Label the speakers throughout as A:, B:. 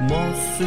A: 莫说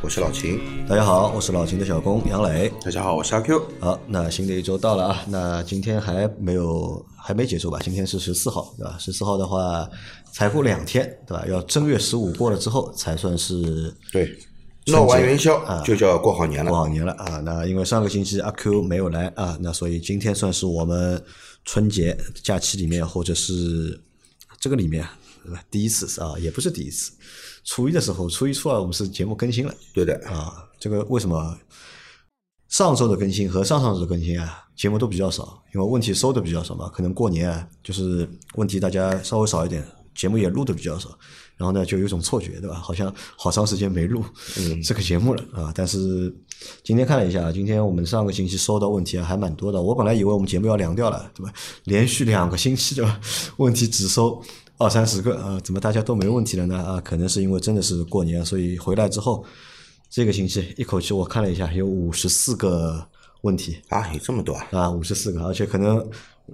B: 我是老秦。
C: 大家好，我是老秦的小工杨磊。
B: 大家好，我是阿 Q。
C: 好，那新的一周到了啊，那今天还没有还没结束吧？今天是十四号，对吧？十四号的话，才过两天，对吧？要正月十五过了之后，才算是
B: 对，闹完元宵
C: 啊
B: 就叫过好年
C: 过
B: 了。
C: 好年了啊。那因为上个星期阿 Q 没有来啊，那所以今天算是我们春节假期里面，或者是这个里面对吧第一次啊，也不是第一次。初一的时候，初一初二我们是节目更新了。
B: 对的，
C: 啊，这个为什么上周的更新和上上周的更新啊，节目都比较少，因为问题收的比较少嘛，可能过年啊，就是问题大家稍微少一点，节目也录的比较少，然后呢，就有一种错觉，对吧？好像好长时间没录这个节目了啊，但是今天看了一下，今天我们上个星期收到问题啊还蛮多的，我本来以为我们节目要凉掉了，对吧？连续两个星期对吧？问题只收。二三十个啊，怎么大家都没问题了呢？啊，可能是因为真的是过年，所以回来之后这个星期一口气我看了一下，有五十四个问题
B: 啊，有这么多啊？
C: 啊，五十四个，而且可能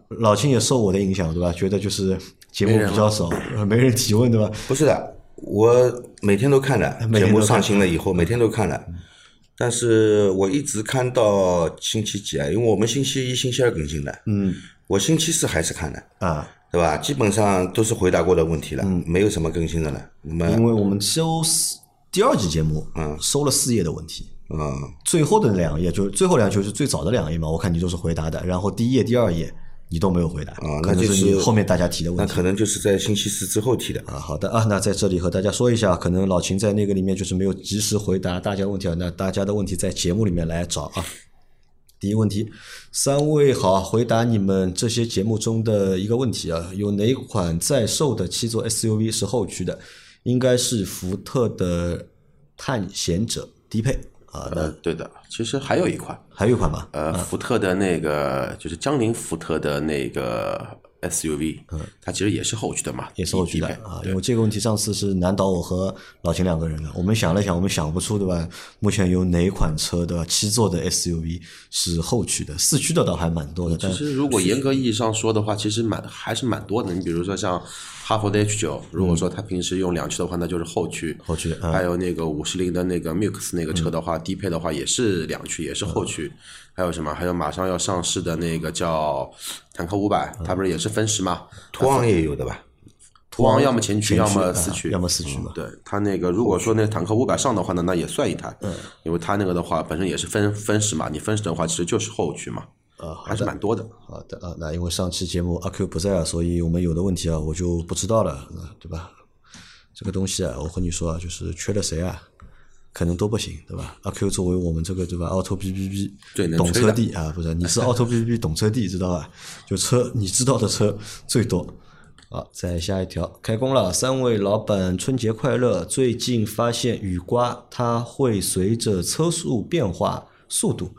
C: 老秦也受我的影响，对吧？觉得就是节目比较少， 呃没人提问，对吧？
B: 不是的，我每天都看的，
C: 每
B: 节
C: 天都看
B: 目上新了以后，每天都看的。但是我一直看到星期几啊？因为我们星期一、星期二更新的，
C: 嗯
B: 我星期四还是看的，
C: 啊，嗯
B: 对吧？基本上都是回答过的问题了，没有什么更新的了。那
C: 因
B: 么，
C: 为我们收四第二集节目，
B: 嗯
C: 收了四页的问题，
B: 嗯，
C: 最后的两页就是最后两页就是最早的两页嘛，我看你都是回答的，然后第一页、第二页你都没有回答，
B: 啊
C: 可
B: 那
C: 能
B: 就是
C: 你后面大家提的
B: 那
C: 问题
B: 可。能就是在星期四之后提的。
C: 啊，好的啊，那在这里和大家说一下，可能老秦在那个里面就是没有及时回答大家问题啊，那大家的问题在节目里面来找啊。第一问题，三位好，回答你们这些节目中的一个问题啊，有哪款在售的七座 SUV 是后驱的？应该是福特的探险者低配啊，
D: 呃，对的，其实还有一款，
C: 还有一款吧？
D: 呃，福特的那个就是江铃福特的那个 SUV，它其实也是后驱的嘛，
C: 嗯也是后驱的
D: 低配
C: 啊，因
D: 对
C: 为这个问题上次是难倒我和老秦两个人的，我们想了想，我们想不出对吧？目前有哪款车的七座的 SUV 是后驱的？四驱的倒还蛮多的，但
D: 其实如果严格意义上说的话，其实蛮还是蛮多的。你比如说像哈佛的 H 九，如果说它平时用两驱的话，那就是后驱。
C: 嗯后驱嗯
D: 还有那个五十铃的那个 Mux 那个车的话，低配的话也是两驱，也是后驱。
C: 嗯
D: 还有什么？还有马上要上市的那个叫坦克五
C: 嗯
D: 百，它不是也是分时嘛？
B: 途昂也有的吧？
D: 途昂要么前驱，
C: 前
D: 要
C: 驱
D: 么
C: 啊
D: 四驱，
C: 要么四驱嘛
D: 对它那个，如果说那坦克五百上的话呢，那也算一台，嗯，因为它那个的话本身也是分分时嘛，你分时的话其实就是后驱嘛，
C: 呃，好
D: 还是
C: 的。
D: 蛮多的。
C: 好的啊，那因为上期节目阿 Q 不在啊，所以我们有的问题啊，我就不知道了，啊对吧？这个东西啊，我和你说啊，就是缺了谁啊，可能都不行，对吧？阿 Q 作为我们这个对吧，auto B B B
D: 最能
C: 懂
D: 吹
C: 车
D: 的
C: 帝啊，不是你是 auto B B 懂车帝，知道吧？就车你知道的车最多。好，再下一条，开工了，三位老板春节快乐！最近发现雨刮它会随着车速变化速度，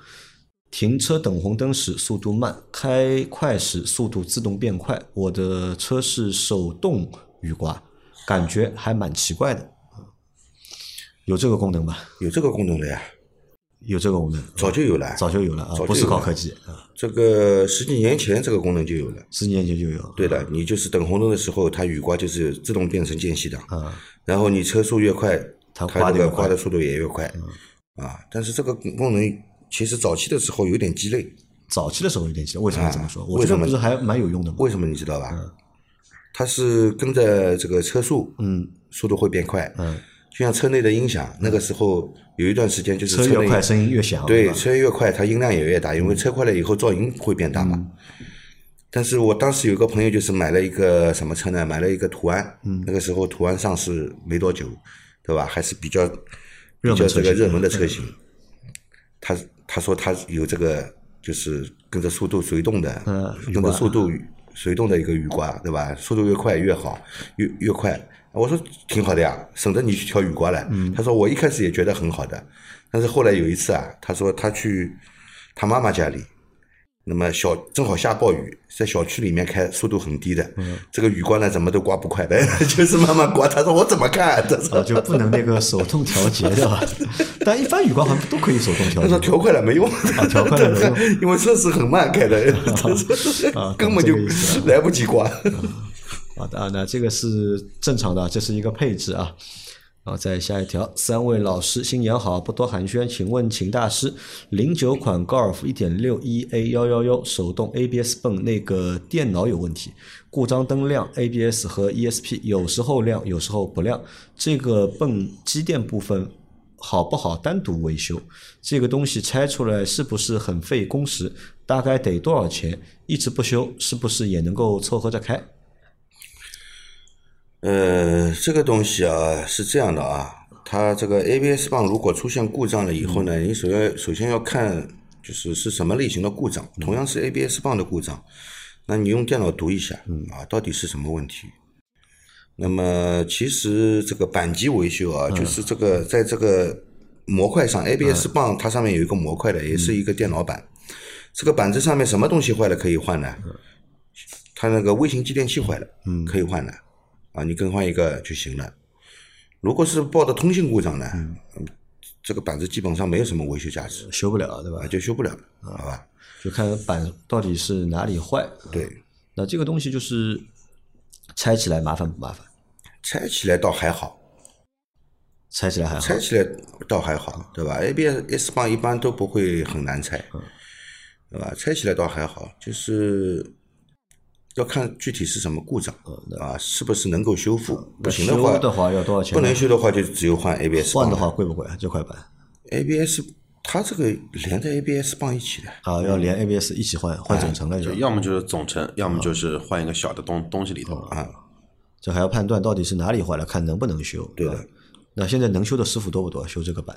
C: 停车等红灯时速度慢，开快时速度自动变快。我的车是手动雨刮，感觉还蛮奇怪的。嗯有这个功能吧？
B: 有这个功能的呀，
C: 有这个功能，
B: 早就有了。
C: 嗯早就有了啊，
B: 早就有了
C: 不是高科技啊，
B: 这个十几年前这个功能就有了。
C: 十年前就有。
B: 对的，你就是等红灯的时候，它雨刮就是自动变成间隙档，
C: 啊，
B: 然后你车速越快，
C: 它
B: 它
C: 刮
B: 这
C: 得越
B: 个
C: 快嗯
B: 刮的速度也越快。啊，但是这个功能其实早期的时候有点鸡肋，
C: 早期的时候有点像，为什么这么说？
B: 啊
C: 我觉得
B: 为什么
C: 不是还蛮有用的吗？
B: 为什么你知道吧？它是跟着这个车速，
C: 嗯，
B: 速度会变快。
C: 嗯，
B: 就像车内的音响，那个时候有一段时间就是
C: 车
B: 内
C: 越快声音越响，
B: 对，
C: 吧
B: 车越快，它音量也越大，
C: 嗯
B: 因为车快了以后噪音会变大嘛。但是我当时有个朋友就是买了一个什么车呢？买了一个途安，
C: 嗯
B: 那个时候途安上市没多久，对吧？还是比较
C: 热
B: 比
C: 门
B: 较这
C: 车
B: 个
C: 型
B: 热门的车型。他他说他有这个就是跟着速度随动的，
C: 嗯雨
B: 跟
C: 刮
B: 着速度随动的一个雨刮，对吧？速度越快越好，越越快。我说挺好的呀，省得你去挑雨
C: 嗯
B: 刮了。他说我一开始也觉得很好的，但是后来有一次啊，他说他去，他妈妈家里。那么小正好下暴雨，在小区里面开速度很低的，
C: 嗯
B: 这个雨刮呢怎么都刮不快 的，就是慢慢刮。他说我怎么看？他
C: 啊，
B: 说
C: 就不能那个手动调节的吧？ 但一般雨刮好像都可以手动 调
B: 他说
C: 节
B: 调快了没用，
C: 调快了没用
B: 因为车是很慢 开的， 他说
C: 啊
B: 根本就
C: 懂这个意思
B: 来不及刮。
C: 好的啊，那这个是正常的，这是一个配置啊。好，再下一条，三位老师新年好，不多寒暄，请问秦大师，零九款高尔夫一点六 E A 幺幺幺手动 ABS 泵那个电脑有问题，故障灯亮，ABS 和 ESP 有时候亮，有时候不亮，这个泵机电部分好不好单独维修？这个东西拆出来是不是很费工时？大概得多少钱？一直不修是不是也能够凑合着开？
B: 呃，这个东西啊是这样的啊，它这个 ABS 泵如果出现故障了以后呢，你首要首先要看就是是什么类型的故障，同样是 ABS 泵的故障，那你用电脑读一下，啊，到底是什么问题？那么其实这个扳机维修啊，就是这个在这个模块上，ABS 泵它上面有一个模块的，也是一个电脑板，这个板子上面什么东西坏了可以换呢？它那个微型继电器坏了，嗯，可以换的，啊，你更换一个就行了。如果是报的通信故障呢，嗯这个板子基本上没有什么维修价值，
C: 修不了，对吧
B: 啊，？就修不了了，好吧？
C: 就看板到底是哪里坏。
B: 对，
C: 那这个东西就是拆起来麻烦不麻烦？
B: 拆起来倒还好，
C: 拆起来还好
B: 拆，起来倒还
C: 嗯
B: 好，对吧？ABS 棒一般都不会很难拆，对吧？拆起来倒还好，就是要看具体是什么故障啊，是不是能够修复？不行
C: 修
B: 话，
C: 的话嗯要多少钱呢
B: 不能修的话就只有换 ABS
C: 换
B: 棒
C: 的
B: 了。
C: 话贵不贵啊？这块板
B: ABS 它这个连着 ABS 棒一起的，
C: 啊，要
B: 嗯
C: 连 ABS 一起换，换总
B: 哎
C: 成了
D: 就
C: 就，
D: 要么就是总成，要
C: 啊
D: 么就是换一个小的东东西里头
C: 哦
D: 啊。
C: 这还要判断到底是哪里坏了，看能不能修。
B: 对的
C: 啊。那现在能修的师傅多不多？修这个板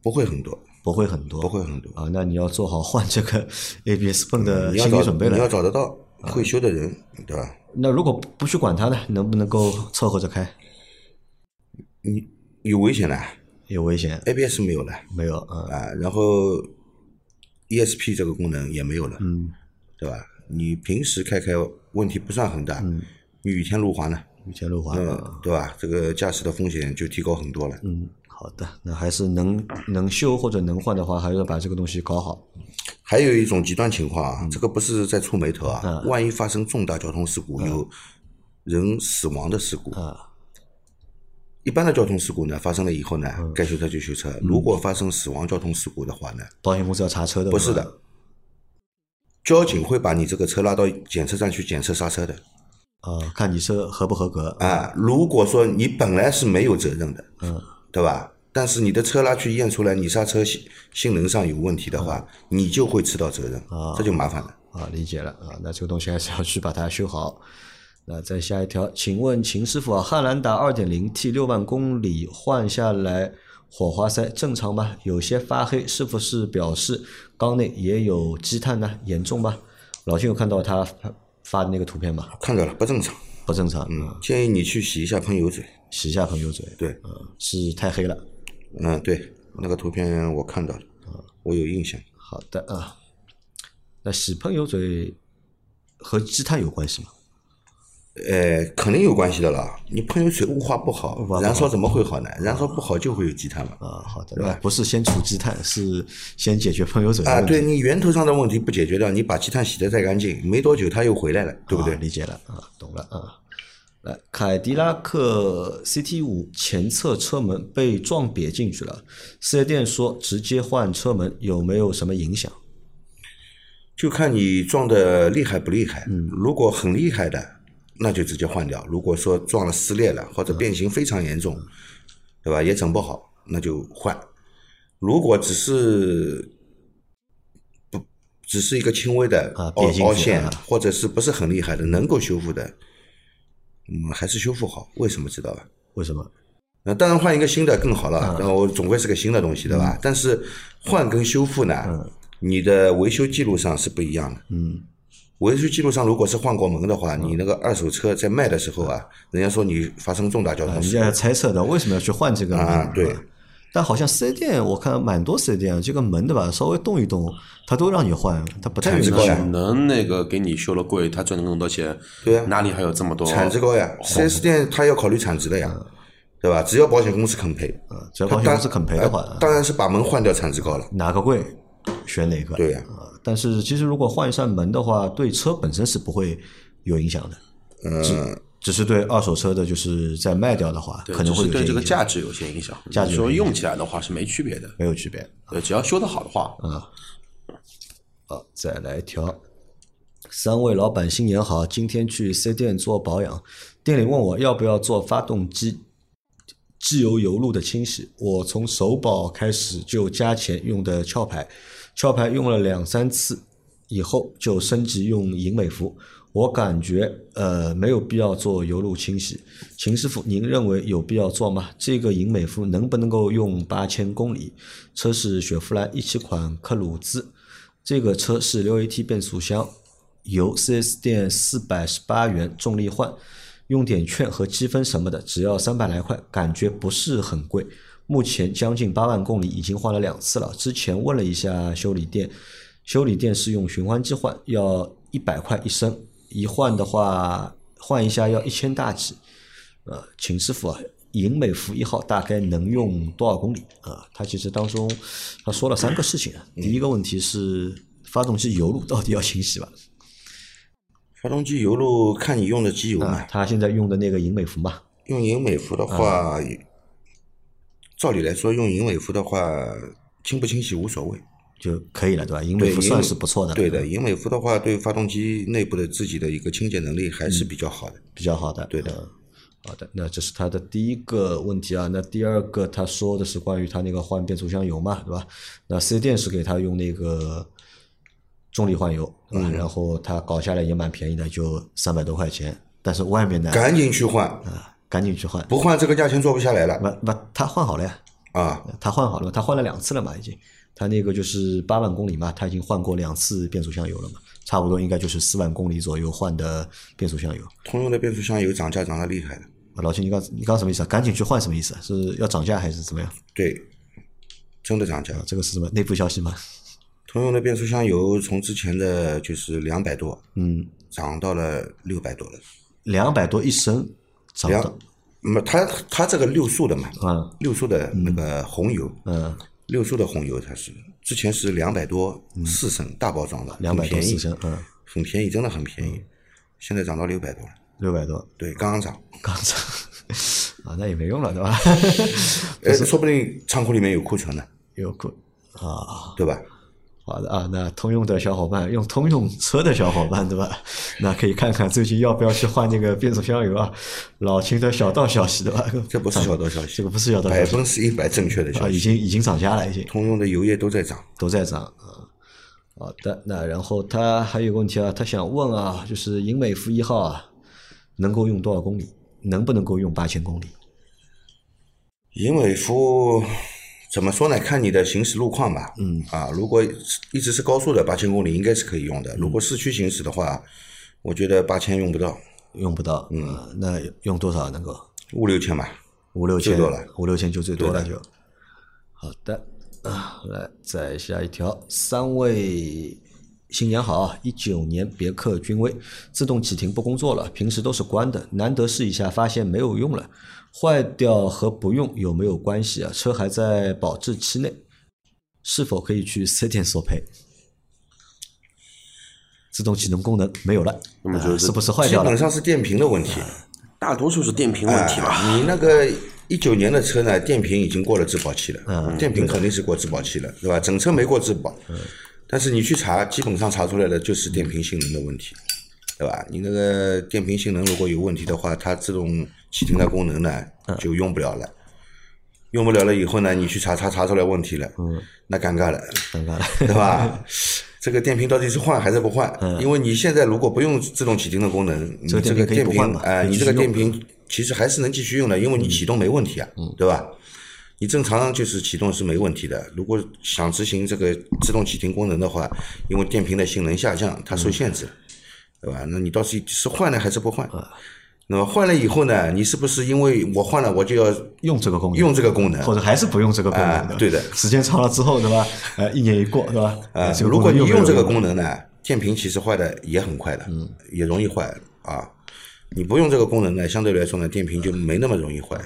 B: 不会很多。
C: 不会很多，
B: 不会很多
C: 啊。那你要做好 换这个 ABS 泵的
B: 嗯你要
C: 呃心
B: 找
C: 理准备
B: 你要
C: 了。啊
B: 找得到会修的人，对吧？
C: 那如果不不去管它呢，能不能够凑合着开？
B: 有危险的
C: 有危险
B: ，ABS 没有了
C: 没有啊？
B: 啊，然后 ESP 这个功能也没有了，嗯，对吧？你平时开开问题不算很大，嗯，你雨天路滑呢，
C: 雨天路滑啊。
B: 嗯，对吧？这个驾驶的风险就提高很多了。
C: 嗯，好的，那还是能能修或者能换的话，还是要把这个东西搞好。
B: 还有一种极端情况啊，这个不是在触眉头啊，万一发生重大交通事故，有人死亡的事故
C: 啊。
B: 一般的交通事故呢，发生了以后呢，该修车就修车。如果发生死亡交通事故的话呢，
C: 保险公司要查车的，
B: 不是的，交警会把你这个车拉到检测站去检测刹车的
C: 啊，看你车合不合格啊，
B: 啊。如果说你本来是没有责任的，嗯，对吧？但是你的车拉去验出来你刹车性性能上有问题的话，你就会吃到责任，这就麻烦了。
C: 理解了啊，那这个东西还是要去把它修好。那再下一条，请问秦师傅啊，汉兰达二点零 T 六万公里换下来火花塞正常吗？有些发黑，是不是表示缸内也有积碳呢？严重吗？老秦有看到他发发的那个图片吗？
B: 看到了，不正常。
C: 不正常，嗯，
B: 建议你去洗一下喷油嘴。
C: 洗一下喷油嘴，
B: 对，
C: 嗯，是太黑了。
B: 嗯，对，那个图片我看到了，我有印象。
C: 好的啊，那洗喷油嘴和积碳有关系吗？
B: 呃，肯定有关系的啦。你喷油水雾化不好，
C: 化不好
B: 燃烧怎么会好呢？燃烧不好就会有积碳嘛。
C: 啊，好的，那不是先除积碳，是先解决喷油嘴的
B: 啊，
C: 问题
B: 对你源头上的问题不解决掉，你把积碳洗得再干净，没多久它又回来了，对不对
C: 啊？理解了啊，懂了啊。来，凯迪拉克 CT 五前侧车门被撞瘪进去了，四 S 店说直接换车门，有没有什么影响？
B: 就看你撞的厉害不厉害。
C: 嗯
B: 如果很厉害的，那就直接换掉；如果说撞了撕裂了或
C: 嗯
B: 者变形非常严重，对吧？也整不好，那就换。如果只是不只是一个轻微的
C: 啊
B: 凹
C: 变形
B: 凹
C: 子
B: 陷
C: 啊，
B: 或者是不是很厉害的，能够修复的，嗯，还是修复好。为什么知道啊吧？
C: 为什么？
B: 那当然换一个新的更好了，
C: 嗯
B: 然后总归是个新的东西，对吧？但是换跟修复呢，你的维修记录上是不一样的。
C: 嗯，
B: 维修记录上如果是换过门的话，你那个二手车在卖的时候啊，人家说你发生重大交通
C: 啊，嗯人
B: 事
C: 家
B: 故，
C: 猜测的，为什么要去换这个门
B: 啊对
C: 啊但好像四 S 店我看蛮多四 S 店，啊这个门对吧，稍微动一动，它都让你换，它不太
B: 产
C: 愿
B: 值
C: 意
B: 高呀
C: 换。
D: 只能那个给你修了贵，他赚了更多钱，
B: 对呀
D: 哪里还有这么多
B: 产值高呀，4S
C: 哦
B: 店它要考虑产值的呀，对吧？只要保险公司肯赔，
C: 嗯只要嗯保险公司肯赔的话，啊嗯
B: 呃当然是把门换掉产值高了。
C: 哪个贵选哪个。
B: 对呀
C: 啊但是其实如果换一扇门的话，对车本身是不会有影响的，
D: 呃
B: 嗯，
C: 只是对二手车的，就是在卖掉的话，
D: 对
C: 可能会有
D: 只是对
C: 些
D: 这个
C: 影响
D: 价值有些影响。
C: 价值有
D: 说
C: 些影啊
D: 用起来的话是没区别的，
C: 没有区别。
D: 对，只要修得好的话，
C: 嗯好，再来一条。三位老板新年好，今天去四 S 店做保养，店里问我要不要做发动机机油油路的清洗。我从首保开始就加钱用的壳牌，壳牌用了两三次以后就升级用银美孚。我感觉呃没有必要做油路清洗。秦师傅，您认为有必要做吗？这个银美孚能不能够用八千公里？车是雪佛兰一七款克鲁兹。这个车是六 AT 变速箱，由 4S 店四百十八元重力换，用点券和积分什么的，只要三百来块，感觉不是很贵。目前将近八万公里，已经换了两次了。之前问了一下修理店，修理店是用循环机换，要一百块一升，一换的话换一下要一千大几。呃，秦师傅啊，银美孚一号大概能用多少公里啊、他其实当中他说了三个事情啊。第一个问题是发动机油路到底要清洗吧？
B: 发动机油路看你用的机油嘛，
C: 他现在用的那个银美孚嘛，
B: 用银美孚的话，照理来说用银美孚的话，清不清洗无所谓。
C: 就可以了，对吧？银
B: 对
C: 美孚算是不错的了，
B: 对的，银美孚的话，对发动机内部的自己的一个清洁能力还是比较好的。
C: 比较好的。
B: 对的
C: 嗯好的，那这是他的第一个问题啊。那第二个他说的是关于他那个换变速箱油嘛，对吧？那四 S 店是给他用那个重力换油，
B: 嗯
C: 对吧？然后他搞下来也蛮便宜的，就三百多块钱。但是外面呢，
B: 赶紧去换，
C: 啊，赶紧去换。
B: 不换这个价钱做不下来了
C: 不不，他换好了呀，
B: 啊！
C: 他换好了，他换了两次了嘛，已经。他那个就是八万公里嘛，他已经换过两次变速箱油了嘛，差不多应该就是四万公里左右换的变速箱油。
B: 通用的变速箱油涨价涨得厉害的，
C: 啊老秦，你刚你刚什么意思啊？赶紧去换什么意思啊？是要涨价还是怎么样？
B: 对，真的涨价
C: 啊。，这个是什么内部消息吗？
B: 通用的变速箱油从之前的就是两百多，嗯，涨到了六百多了。
C: 两百多一升，涨到
B: 两，那么它它这个六速的嘛，
C: 啊，
B: 六速的那个红油，
C: 嗯，
B: 六速的红油它是之前是两百多四升大包装的，
C: 嗯两百
B: 很
C: 多
B: 便宜
C: 四升，嗯，
B: 很便宜，真的很便宜，现在涨到六百多了，
C: 六百多，
B: 对，刚刚涨，
C: 刚涨 啊，那也没用了，对吧？
B: 哎，说不定仓库里面有库存呢，
C: 有贵啊，
B: 对吧？
C: 好的啊，那通用的小伙伴，用通用车的小伙伴对吧？ 那可以看看最近要不要去换那个变速箱油啊？老秦的小道消息对吧？
B: 这不是小道消息，
C: 这哎个不是小道消
B: 百
C: 息
B: 分之一百正确的消
C: 啊，已
B: 息，
C: 经已经涨价了，已经
B: 通用的油液都在涨，
C: 都在涨啊。好的，那然后他还有个问题啊，他想问啊，就是银美孚一号啊，能够用多少公里？能不能够用八千公里？
B: 银尾孚怎么说呢？看你的行驶路况吧。嗯啊，如果一直是高速的，八千公里应该是可以用的。如果市区行驶的话，我觉得八千用不到，
C: 用不到，嗯、那用多少能够？
B: 五六千吧。
C: 五六
B: 最
C: 千
B: 多了，
C: 五六千就最多了
B: 对
C: 就。好的，啊，来再下一条，三位。新年好啊！一九年别克君威自动启停不工作了，平时都是关的，难得试一下，发现没有用了。坏掉和不用有没有关系啊？车还在保质期内，是否可以去四 S 店索赔？自动启动功能没有了，
D: 那么
C: 啊
D: 就是
C: 是不是坏
B: 基
C: 掉了啊
B: 本？上是电瓶的问题。
D: 大多数是电瓶问题吧。
B: 啊你那个一九年的车呢，电瓶已经过了质保期了，
C: 嗯
B: 电瓶肯定是过质保期了，对吧？整车没过质保，但是你去查，基本上查出来的就是电瓶性能的问题，对吧？你那个电瓶性能如果有问题的话，它自动启停的功能呢
C: 嗯
B: 就用不了了。用不了了以后呢，你去查查查出来问题了，那尴尬了，
C: 嗯尴尬了，
B: 对 吧？这个电瓶到底是换还是不换？因为你现在如果不用自动启停的功能，你
C: 这
B: 这
C: 个电
B: 个
C: 瓶可以
B: 电
C: 不
B: 瓶
C: 换嘛
B: 啊、
C: 可以
B: 你
C: 继
B: 这
C: 续
B: 个电
C: 用嗯
B: 瓶其实还是能继续用的，因为你启动没问题啊，对吧？你正常就是启动是没问题的。如果想执行这个自动启停功能的话，因为
C: 嗯啊
B: 电瓶的性能下降，它受限制，对吧？那你到底是换呢还是不换？那么换了以后呢，你是不是因为我换了，我就要
C: 用这个功能，
B: 用这个功能？
C: 或者还是不用这个功能
B: 啊对的
C: 时间长了之后，对吧？呃，一年一过，对吧？
B: 啊
C: 呃，，这个
B: 如果你
C: 又没有嗯
B: 用这个功能呢，电瓶其实坏的也很快的，也容易坏啊。你不用这个功能呢，相对来说呢，电瓶就没那么容易坏。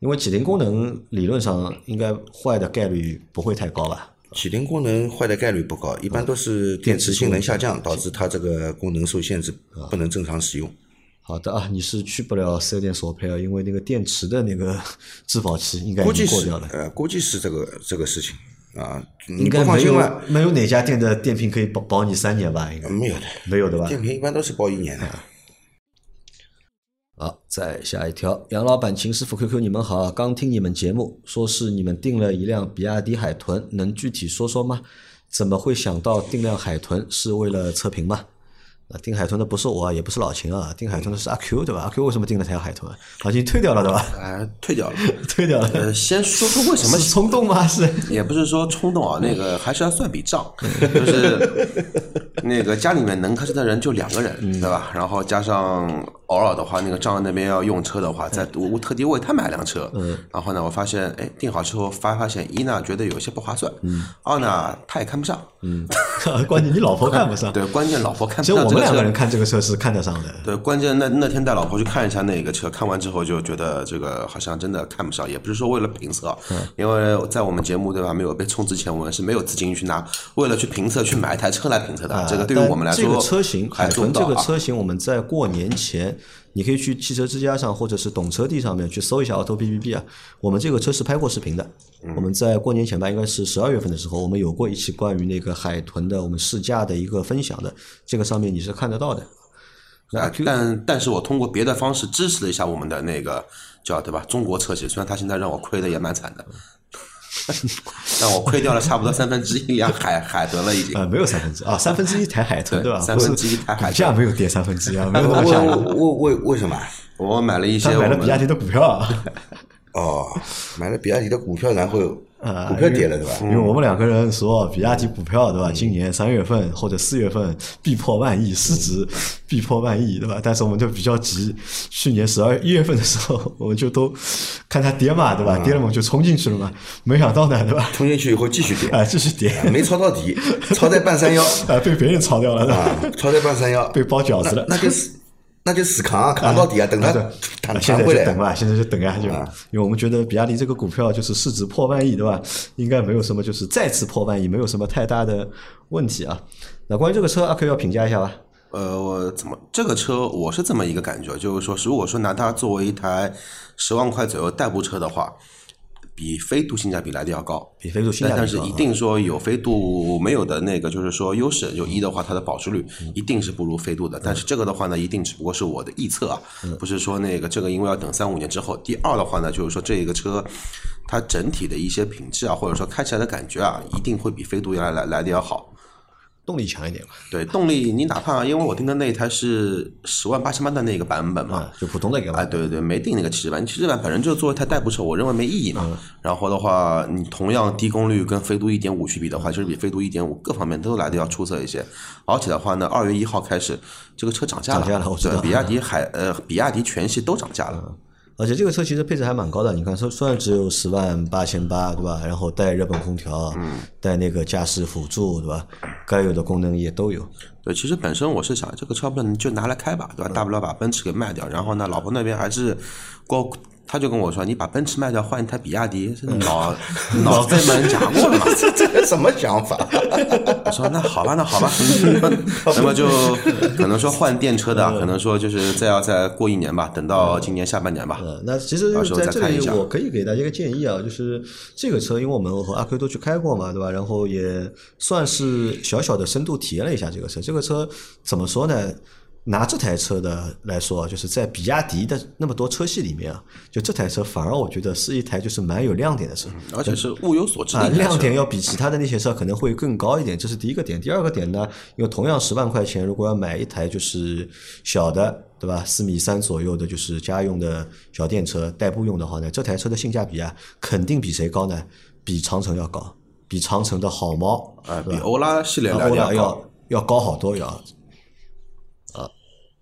C: 因为启停功能理论上应该坏的概率不会太高吧？
B: 启停功能坏的概率不高，一般都是
C: 嗯
B: 电池性能下降导致它这个功能受限制，
C: 啊
B: 不能正常使用。
C: 好的啊，你是去不了四 S 店索赔啊，因为那个电池的那个质保期应该
B: 估
C: 已
B: 计
C: 经过
B: 是
C: 掉了。
B: 呃，估计是这个这个事情啊，你
C: 应
B: 不
C: 该
B: 放
C: 没
B: 心
C: 有
B: 吧？
C: 没有哪家店的电瓶可以保保你三年吧？应该
B: 没有的，
C: 没有的吧？啊
B: 电瓶一般都是保一年的。
C: 好，再下一条，杨老板、秦师傅、QQ，你们好，刚听你们节目，说是你们订了一辆比亚迪海豚，能具体说说吗？怎么会想到订辆海豚是为了测评吗？啊，订海豚的不是我啊，也不是老秦啊，订海豚的是阿 Q 对吧？阿 Q 为什么订了台海豚啊？老秦退掉了对吧？
D: 哎，退掉了。
C: 退掉了，
D: 呃，先说说为什么
C: 是冲动吗？是
D: 也不是说冲动啊，那个还是要算笔账，
C: 嗯
D: 就是那个家里面能开车的人就两个人，
C: 嗯
D: 对吧？然后加上偶尔的话，那个丈人那边要用车的话，再
C: 嗯
D: 我我特地为他买辆车，然后呢，我发现哎，定好之后发发现一呢觉得有些不划算，
C: 嗯
D: 二呢他也看不上，
C: 关键你老婆看不上，
D: 对，关键老婆看不
C: 只有
D: 上
C: 嗯我
D: 这
C: 们
D: 个
C: 两个人
D: 车。
C: 看这个车是看得上的。
D: 对，关键那那天带老婆去看一下那个车，看完之后就觉得这个好像真的看不上，也不是说为了评测啊，
C: 嗯
D: 因为在我们节目对吧没有被冲之前，我们是没有资金去拿为了去评测去买一台车来评测的，
C: 啊
D: 这个对于我们来说
C: 但这个车型
D: 还
C: 海
D: 做
C: 豚
D: 不到
C: 这个
D: 啊。
C: 车型，我们在过年前，你可以去汽车之家上或者是懂车帝上面去搜一下 Auto B B B 啊。我们这个车是拍过视频的，
D: 嗯
C: 我们在过年前吧，应该是十二月份的时候，我们有过一期关于那个海豚的我们试驾的一个分享的，这个上面你是看得到的。
D: 啊但但是我通过别的方式支持了一下我们的那个叫对吧中国车企，虽然他现在让我亏的也蛮惨的，但我亏掉了差不多三分之一辆啊海海豚了已经。
C: 呃，没有三分之啊，三分之一台海豚
D: 对
C: 吧？
D: 三
C: 不是
D: 分之一台海 豚
C: 股价没有跌三分之一啊，没
B: 我
C: 有那么吓人。
B: 我为为什么？
D: 我买了一
C: 他
D: 些我
C: 买了
D: 们
C: 比亚迪的股票啊，
B: 哦，买了比亚迪的股票，然后
C: 啊
B: 股票跌了，对吧？
C: 因为我们两个人说比亚迪股票对吧？今年三月份或者四月份必破万亿，市值必破万亿对吧？但是我们就比较急，去年十二一月份的时候，我们就都看它跌嘛对吧？跌了我们就冲进去了嘛，没想到呢对吧？
B: 冲进去以后继续跌，
C: 啊，继续跌，
B: 没抄到底，抄在半山腰
C: 啊，被别人炒掉了对吧？
B: 啊，抄在半山腰，
C: 被包饺子了。
B: 那就死，那就死扛啊，扛到底啊，等它弹
C: 现
B: 弹
C: 在
B: 回
C: 就
B: 来
C: 等吧，现在就等啊，就
B: 啊
C: 因为我们觉得比亚迪这个股票就是市值破万亿，对吧？应该没有什么，就是再次破万亿，没有什么太大的问题啊。那关于这个车，阿 Q 要评价一下吧。
D: 呃，我怎么这个车我是这么一个感觉，就是说，如果说拿它作为一台十万块左右代步车的话，比飞度性价比来的要高。
C: 比飞度性
D: 但
C: 价
D: 但
C: 比
D: 是
C: 高
D: 一
C: 啊
D: 定说有飞度没有的那个，就是说优势，就一的话，它的保值率一定是不如飞度的。
C: 嗯
D: 但是这个的话呢，一定只不过是我的臆测啊，不是说那个这个因为要等三五年之后。第二的话呢，就是说这个车它整体的一些品质啊，或者说开起来的感觉啊，一定会比飞度要来来来的要好。
C: 动力强一点吧，
D: 对，动力你哪怕因为我订的那一台是十万八千八的那个版本嘛
C: 啊，，就普通的一个
D: 啊，
C: 吧。
D: 对对对，没订那个七十万，七十万反正就作为一台代步车，我认为没意义
C: 嗯
D: 嘛。然后的话，你同样低功率跟飞度一点五去比的话，就是比飞度一点五各方面都来的要出色一些。而且的话呢，二月一号开始这个车涨价了，
C: 涨价了我知道
D: 对，比亚迪海呃，比亚迪全系都涨价了。
C: 而且这个车其实配置还蛮高的，你看，虽虽然只有十万八千八，对吧？然后带热泵空调，
D: 嗯
C: 带那个驾驶辅助，对吧？该有的功能也都有。
D: 对，其实本身我是想，这个车不能就拿来开吧，对吧？大不了把奔驰给卖掉。然后呢，老婆那边还是光，他就跟我说，你把奔驰卖掉，换一台比亚迪，这脑脑子被门夹过了嘛。
B: 这这个什么想法？
D: 我说那好吧，那好吧，那么就可能说换电车的，啊可能说就是再要再过一年吧，等到今年下半年吧。
C: 呃，那其实
D: 到时候
C: 在
D: 再
C: 这
D: 看一
C: 里
D: 下
C: 我可以给大家一个建议啊，就是这个车，因为我们和阿 Q 都去开过嘛，对吧？然后也算是小小的深度体验了一下这个车。这个车怎么说呢？拿这台车的来说啊，就是在比亚迪的那么多车系里面啊，就这台车反而我觉得是一台就是蛮有亮点的车。
D: 而且是物有所值
C: 啊，
D: 的一台车
C: 亮点要比其他的那些车可能会更高一点，这是第一个点。第二个点呢，因为同样十万块钱，如果要买一台就是小的，对吧？四米三左右的，就是家用的小电车，代步用的话呢，这台车的性价比啊，肯定比谁高呢？比长城要高，比长城的好猫
D: 啊，
C: 对
D: 比
C: 吧
D: 欧拉系列来
C: 欧
D: 的
C: 拉
D: 要高
C: 要要高好多要。啊，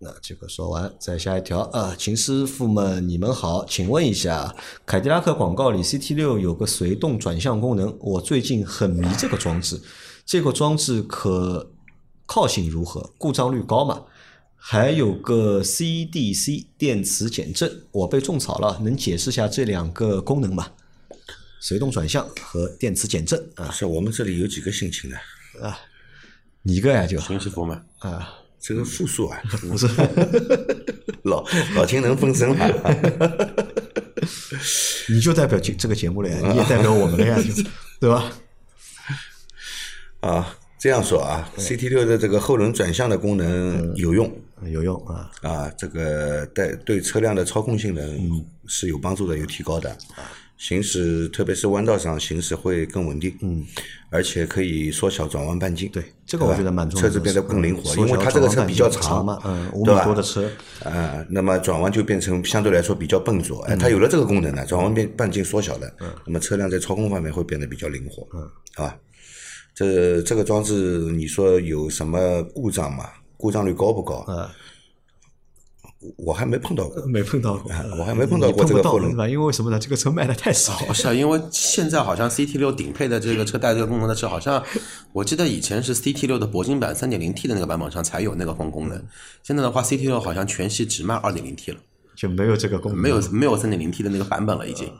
C: 那这个说完，再下一条啊，秦师傅们，你们好，请问一下，凯迪拉克广告里 CT 六有个随动转向功能，我最近很迷这个装置，这个装置可靠性如何？故障率高吗？还有个 CDC 电磁减震，我被种草了，能解释下这两个功能吗？随动转向和电磁减震啊
B: 是我们这里有几个性情的，
C: 啊，你一个呀就
D: 秦师傅嘛，
C: 啊，
B: 这个 复数啊，
C: 不是，
B: 老老秦能分身啊。
C: 你就代表这这个节目了呀，你也代表我们 了呀，就对吧？
B: 啊，这样说啊，CT 六的这个后轮转向的功能有用
C: 有用啊，
B: 啊，这个带对车辆的操控性
C: 嗯
B: 能是有帮助的，有提高的。行驶，特别是弯道上行驶会更稳定，嗯，而且可以缩小转弯半径。
C: 对，这个我
B: 吧
C: 觉得蛮重
B: 车
C: 要的。
B: 子变得更灵活，
C: 缩
B: 因
C: 小
B: 为它这个车比较
C: 转弯半径嘛，嗯，五
B: 对
C: 米
B: 吧
C: 多的车，
B: 啊，那么转弯就变成相对来说比较笨拙。哎，它有了这个功能呢，转弯变半径缩小了，
C: 嗯
B: 那么车辆在操控方面会变得比较灵活，好吧？这这个装置你说有什么故障吗？故障率高不高？
C: 呃，
B: 我还没碰到过。
C: 没碰到过，呃
B: 哎我还没碰到过
C: 你
B: 这
C: 碰不
B: 个
C: 到
B: 后
C: 对
B: 轮
C: 吧？因为为什么呢？这个车卖的太少
D: 不是啊，因为现在好像 CT 六顶配的这个车带这个功能的车，好像我记得以前是 CT 六的铂金版 3.0T 的那个版本上才有那个功功能，现在的话 CT 六好像全系只卖 2.0T 了，
C: 就没有这个功能，
D: 没有没有 3.0T 的那个版本了已经。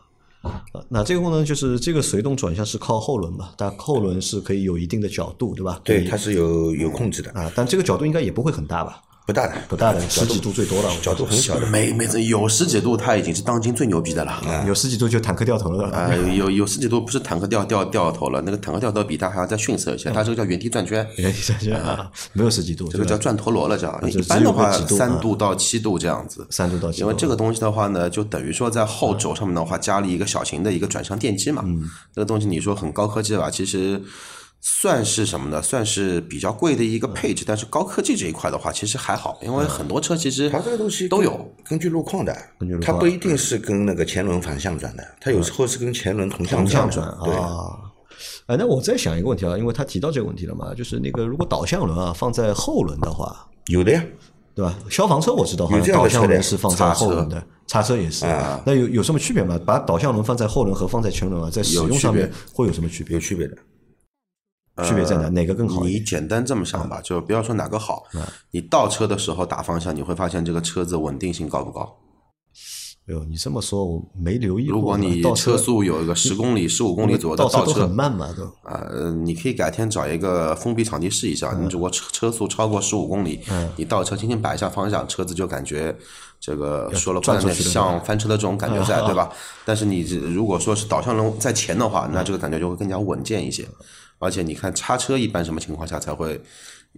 C: 呃。那这个功能就是这个随动转向是靠后轮嘛，但后轮是可以有一定的角度，对吧？
B: 对，
C: 可以
B: 它是有有控制的，
C: 啊，但这个角度应该也不会很大吧？
B: 不大的，
C: 不大的，十几度最多了，
B: 角哎度很小的。
D: 没没有十几度，它已经是当今最牛逼的了。
C: 有十几度就坦克掉头了。
B: 哎
D: 啊、有有十几度不是坦克掉掉掉头了，那个坦克掉头比它还要再逊色一些，它这个叫原地转圈，
C: 原地转向啊，没有十几度，
D: 这个
C: 对
D: 叫
C: 吧啊
D: 转陀螺了，这样。
C: 就
D: 一般的话
C: 只有个几度啊
D: 三度到七度这样子。
C: 三度到七
D: 因
C: 度
D: 为这个东西的话呢，就等于说在后轴上面的话加了一个小型的一个转向电机嘛。
C: 嗯
D: 这个东西你说很高科技吧，其实算是什么呢？算是比较贵的一
C: 嗯
D: 个配置，但是高科技这一块的话，其实还好，因为很多车其实
B: 它这个东西
D: 都
B: 根
D: 有。
B: 根据路况的
C: 据路，
B: 它
C: 况嗯
B: 不一定是跟那个前轮反向转的，它有时候是跟前轮同向
C: 向
B: 转的。对，
C: 啊。哎，那我再想一个问题啊，因为他提到这个问题了嘛，就是那个如果导向轮啊放在后轮的话，
B: 有的呀，
C: 对吧？消防车我知道，好
B: 有这
C: 像
B: 样的车
C: 导向轮
B: 的
C: 是放在
D: 叉
C: 后
D: 车啊
C: 轮的，叉车也是。那有有什么区别吗？把导向轮放在后轮和放在前轮啊，在使
D: 有
C: 用
D: 区
C: 上面
D: 别
C: 会有什么区别呃
B: 有？区别的。
C: 区别在哪？哪个更好一
D: 你
C: 点？嗯
D: 简单这么想吧，就不要说哪个好，你倒车的时候打方向，你会发现这个车子稳定性高不高？
C: 哎呦，你这么说我没留意过呢。啊
D: 如果你
C: 倒
D: 车速有一个十公里、十五公里左右的
C: 倒车
D: 倒
C: 都
D: 车
C: 很，慢嘛，都
D: 呃，你可以改天找一个封闭场地试一下。
B: 嗯
D: 你如果车车速超过十五公里，你倒车轻轻摆一下方向，车子就感觉这个说了不难
C: 转
D: 听，
C: 出去的
D: 像翻车的这种感觉
B: 啊
D: 在，对吧？但是你如果说是导向轮在前的
B: 嗯
D: 话，那这个感觉就会更加稳健一些。而且你看叉车一般什么情况下才会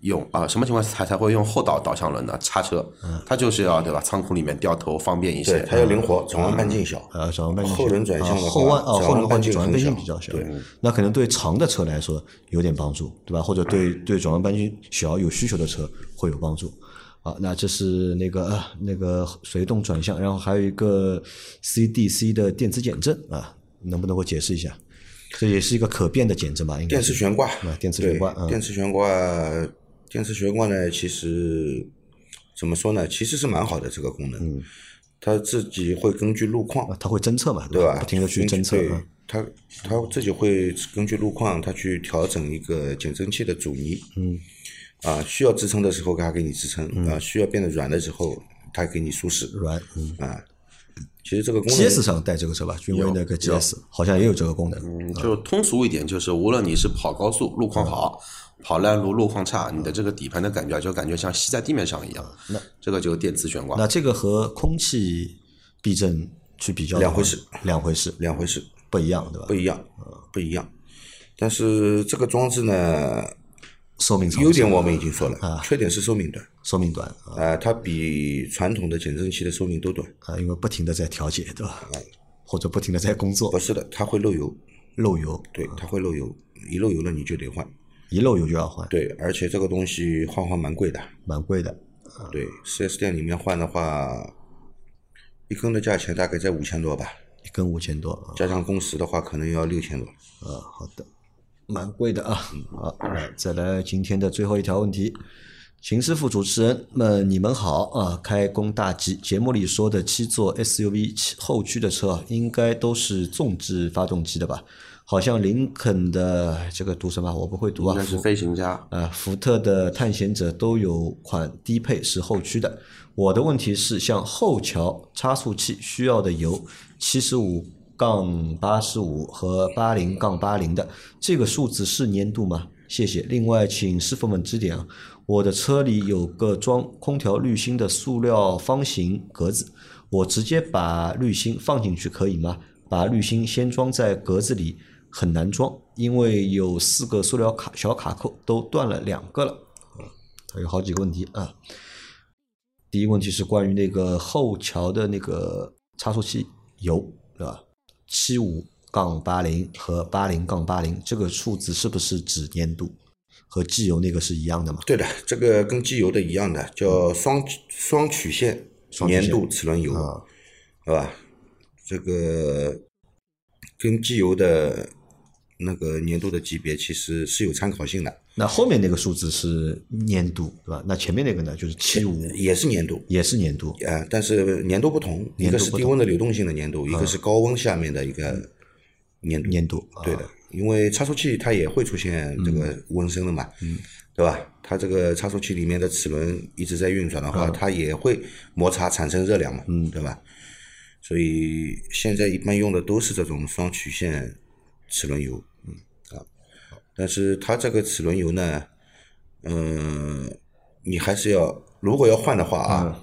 D: 用啊？什么情况下才才会用后导导向轮呢？叉车，它就是要对吧？仓库里面掉头方便一
B: 嗯对
D: 些，，
B: 它要灵
C: 嗯
B: 活，转弯半径小。
C: 呃，转弯半径
B: 后轮转向的
C: 啊
B: 话
C: 后弯啊，
B: 转弯
C: 后轮的话
B: 半
C: 你
B: 径
C: 转弯半
B: 很
C: 径
B: 小
C: 比较小
B: 对，
C: 那可能对长的车来说有点帮助，对吧？或者对
B: 嗯
C: 对转弯半径小有需求的车会有帮助。啊，那这是那个、啊那个随动转向，然后还有一个 CDC 的电磁减震啊，能不能够解释一下？这也是一个可变的减震吧？应该
B: 电磁
C: 是
B: 悬挂
C: 啊，电磁悬挂
B: 对
C: 嗯
B: 电磁悬挂，电磁悬挂呢，其实怎么说呢，其实是蛮好的这个功能，它自己会根据路况
C: 嗯啊，，它会侦测嘛，
B: 对
C: 吧？
B: 吧？
C: 不停的去
B: 根据
C: 侦测
B: 对
C: 啊，
B: 它它自己会根据路况，它去调整一个减震器的阻尼，嗯，啊，需要支撑的时候它给你支撑，啊，需要变得软的时候它给你舒适，
C: 嗯软嗯。
B: 啊，其实这个功能
C: GS 上带这个车吧，君威那个 GS 好像也有这个功能。
D: 嗯，就通俗一点，就是无论你是跑高速路况好，跑烂路路况差，你的这个底盘的感觉就感觉像吸在地面上一样。那这个就是电磁悬挂
C: 那。这个和空气避震去比较的
B: 两
C: 话
B: 回事，
C: 两回事，
B: 两回事。
C: 不一样，对吧
B: 不？一样，
C: 嗯
B: 不一样。但是这个装置呢，
C: 寿命长，
B: 优点我们已经说了，缺点是寿命短，
C: 寿命短啊
B: 啊，它比传统的减震器的寿命都短。
C: 啊，因为不停的在调节，对吧？或者不停的在工作
B: 嗯不，是的，它会漏油，
C: 漏油，
B: 对，它会漏油，一漏油了你就得换。
C: 一漏油就要换，
B: 对，而且这个东西换换蛮贵的，
C: 蛮贵的。
B: 对，4S 店里面换的话，一根的价钱大概在五千多吧，
C: 一根五千多啊
B: 加上工时的话可能要六千多。
C: 啊，
D: 嗯
C: 好的，蛮贵的啊。好，那再来今天的最后一条问题，秦师傅主持人们，你们好啊！开工大吉！节目里说的七座 SUV 七后驱的车啊，应该都是纵置发动机的吧？好像林肯的这个读什么？我不会读啊。
D: 应该是飞行家。
C: 呃，福特的探险者都有款低配是后驱的。我的问题是，像后桥差速器需要的油七十五杠八十五和八零杠八零的，这个数字是粘度吗？谢谢。另外，请师傅们指点啊，我的车里有个装空调滤芯的塑料方形格子，我直接把滤芯放进去可以吗？把滤芯先装在格子里很难装，因为有四个塑料卡小卡扣都断了两个了。它有好几个问题啊。第一个问题是关于那个后桥的那个差速器油，对吧？七五杠八零和八零杠八零这个数字是不是指粘度？和机油那个是一样的嘛？
B: 对的，这个跟机油的一样的，叫双双曲线
C: 双曲线
B: 粘度齿轮油，
C: 啊
B: 好吧？这个跟机油的那个粘度的级别其实是有参考性的，
C: 那后面那个数字是粘度，对吧？那前面那个呢，就是七五，
B: 也是粘度。
C: 也是粘度。
B: 呃，但是粘度不同，一
C: 粘
B: 个
C: 度不
B: 是低
C: 同啊
B: 温的流动性的粘度，一个是高温下面的一个粘度。
C: 粘度啊
B: 对的，因为差速器它也会出现这个温升的嘛，对吧？它这个差速器里面的齿轮一直在运转的话，它也会摩擦产生热量嘛，对吧？所以现在一般用的都是这种双曲线齿轮油，嗯啊，但是它这个齿轮油呢，嗯、你还是要如果要换的话啊。
C: 嗯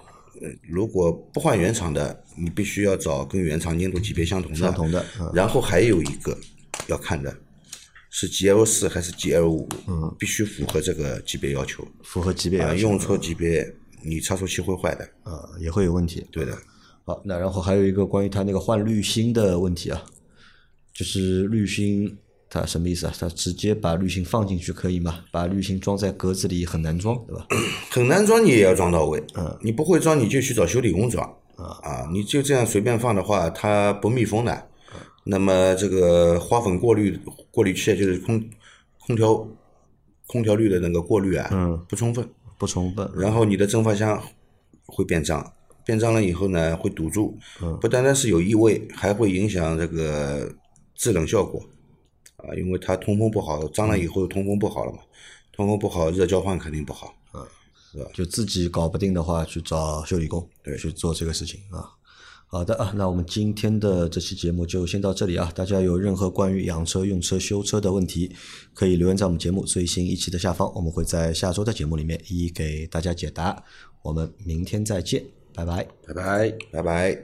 B: 呃如果不换原厂的，你必须要找跟原厂粘度级别相同的。
C: 相同的嗯
B: 然后还有一个要看的是 GL 四还是 GL 五，嗯，必须符合这个级别要求。
C: 符合级别
B: 啊，
C: 要求
B: 用错级别，你差速器会坏的。
C: 啊，也会有问题。
B: 对的，
C: 好，那然后还有一个关于它那个换滤芯的问题啊，就是滤芯它什么意思啊？它直接把滤芯放进去可以吗？把滤芯装在格子里很难装，对吧？
B: 很难装你也要装到位。嗯，你不会装你就去找修理工装。
C: 嗯
B: 啊，你就这样随便放的话，它不密封的。
C: 嗯
B: 那么这个花粉过滤过滤器啊就是空空调空调滤的那个过滤啊，
C: 嗯，
B: 不充分。
C: 不充分。
B: 然后你的蒸发箱会变脏，变脏了以后呢，会堵住，
C: 嗯
B: 不单单是有异味，还会影响这个制冷效果啊，因为它通风不好，脏了
C: 嗯
B: 以后通风不好了嘛，通风不好，热交换肯定不好。
C: 就自己搞不定的话，去找修理工，
B: 对
C: 去做这个事情啊。好的啊，那我们今天的这期节目就先到这里啊。大家有任何关于养车、用车、修车的问题，可以留言在我们节目最新一期的下方，我们会在下周的节目里面一一给大家解答。我们明天再见，拜拜。
D: 拜拜。
B: 拜拜。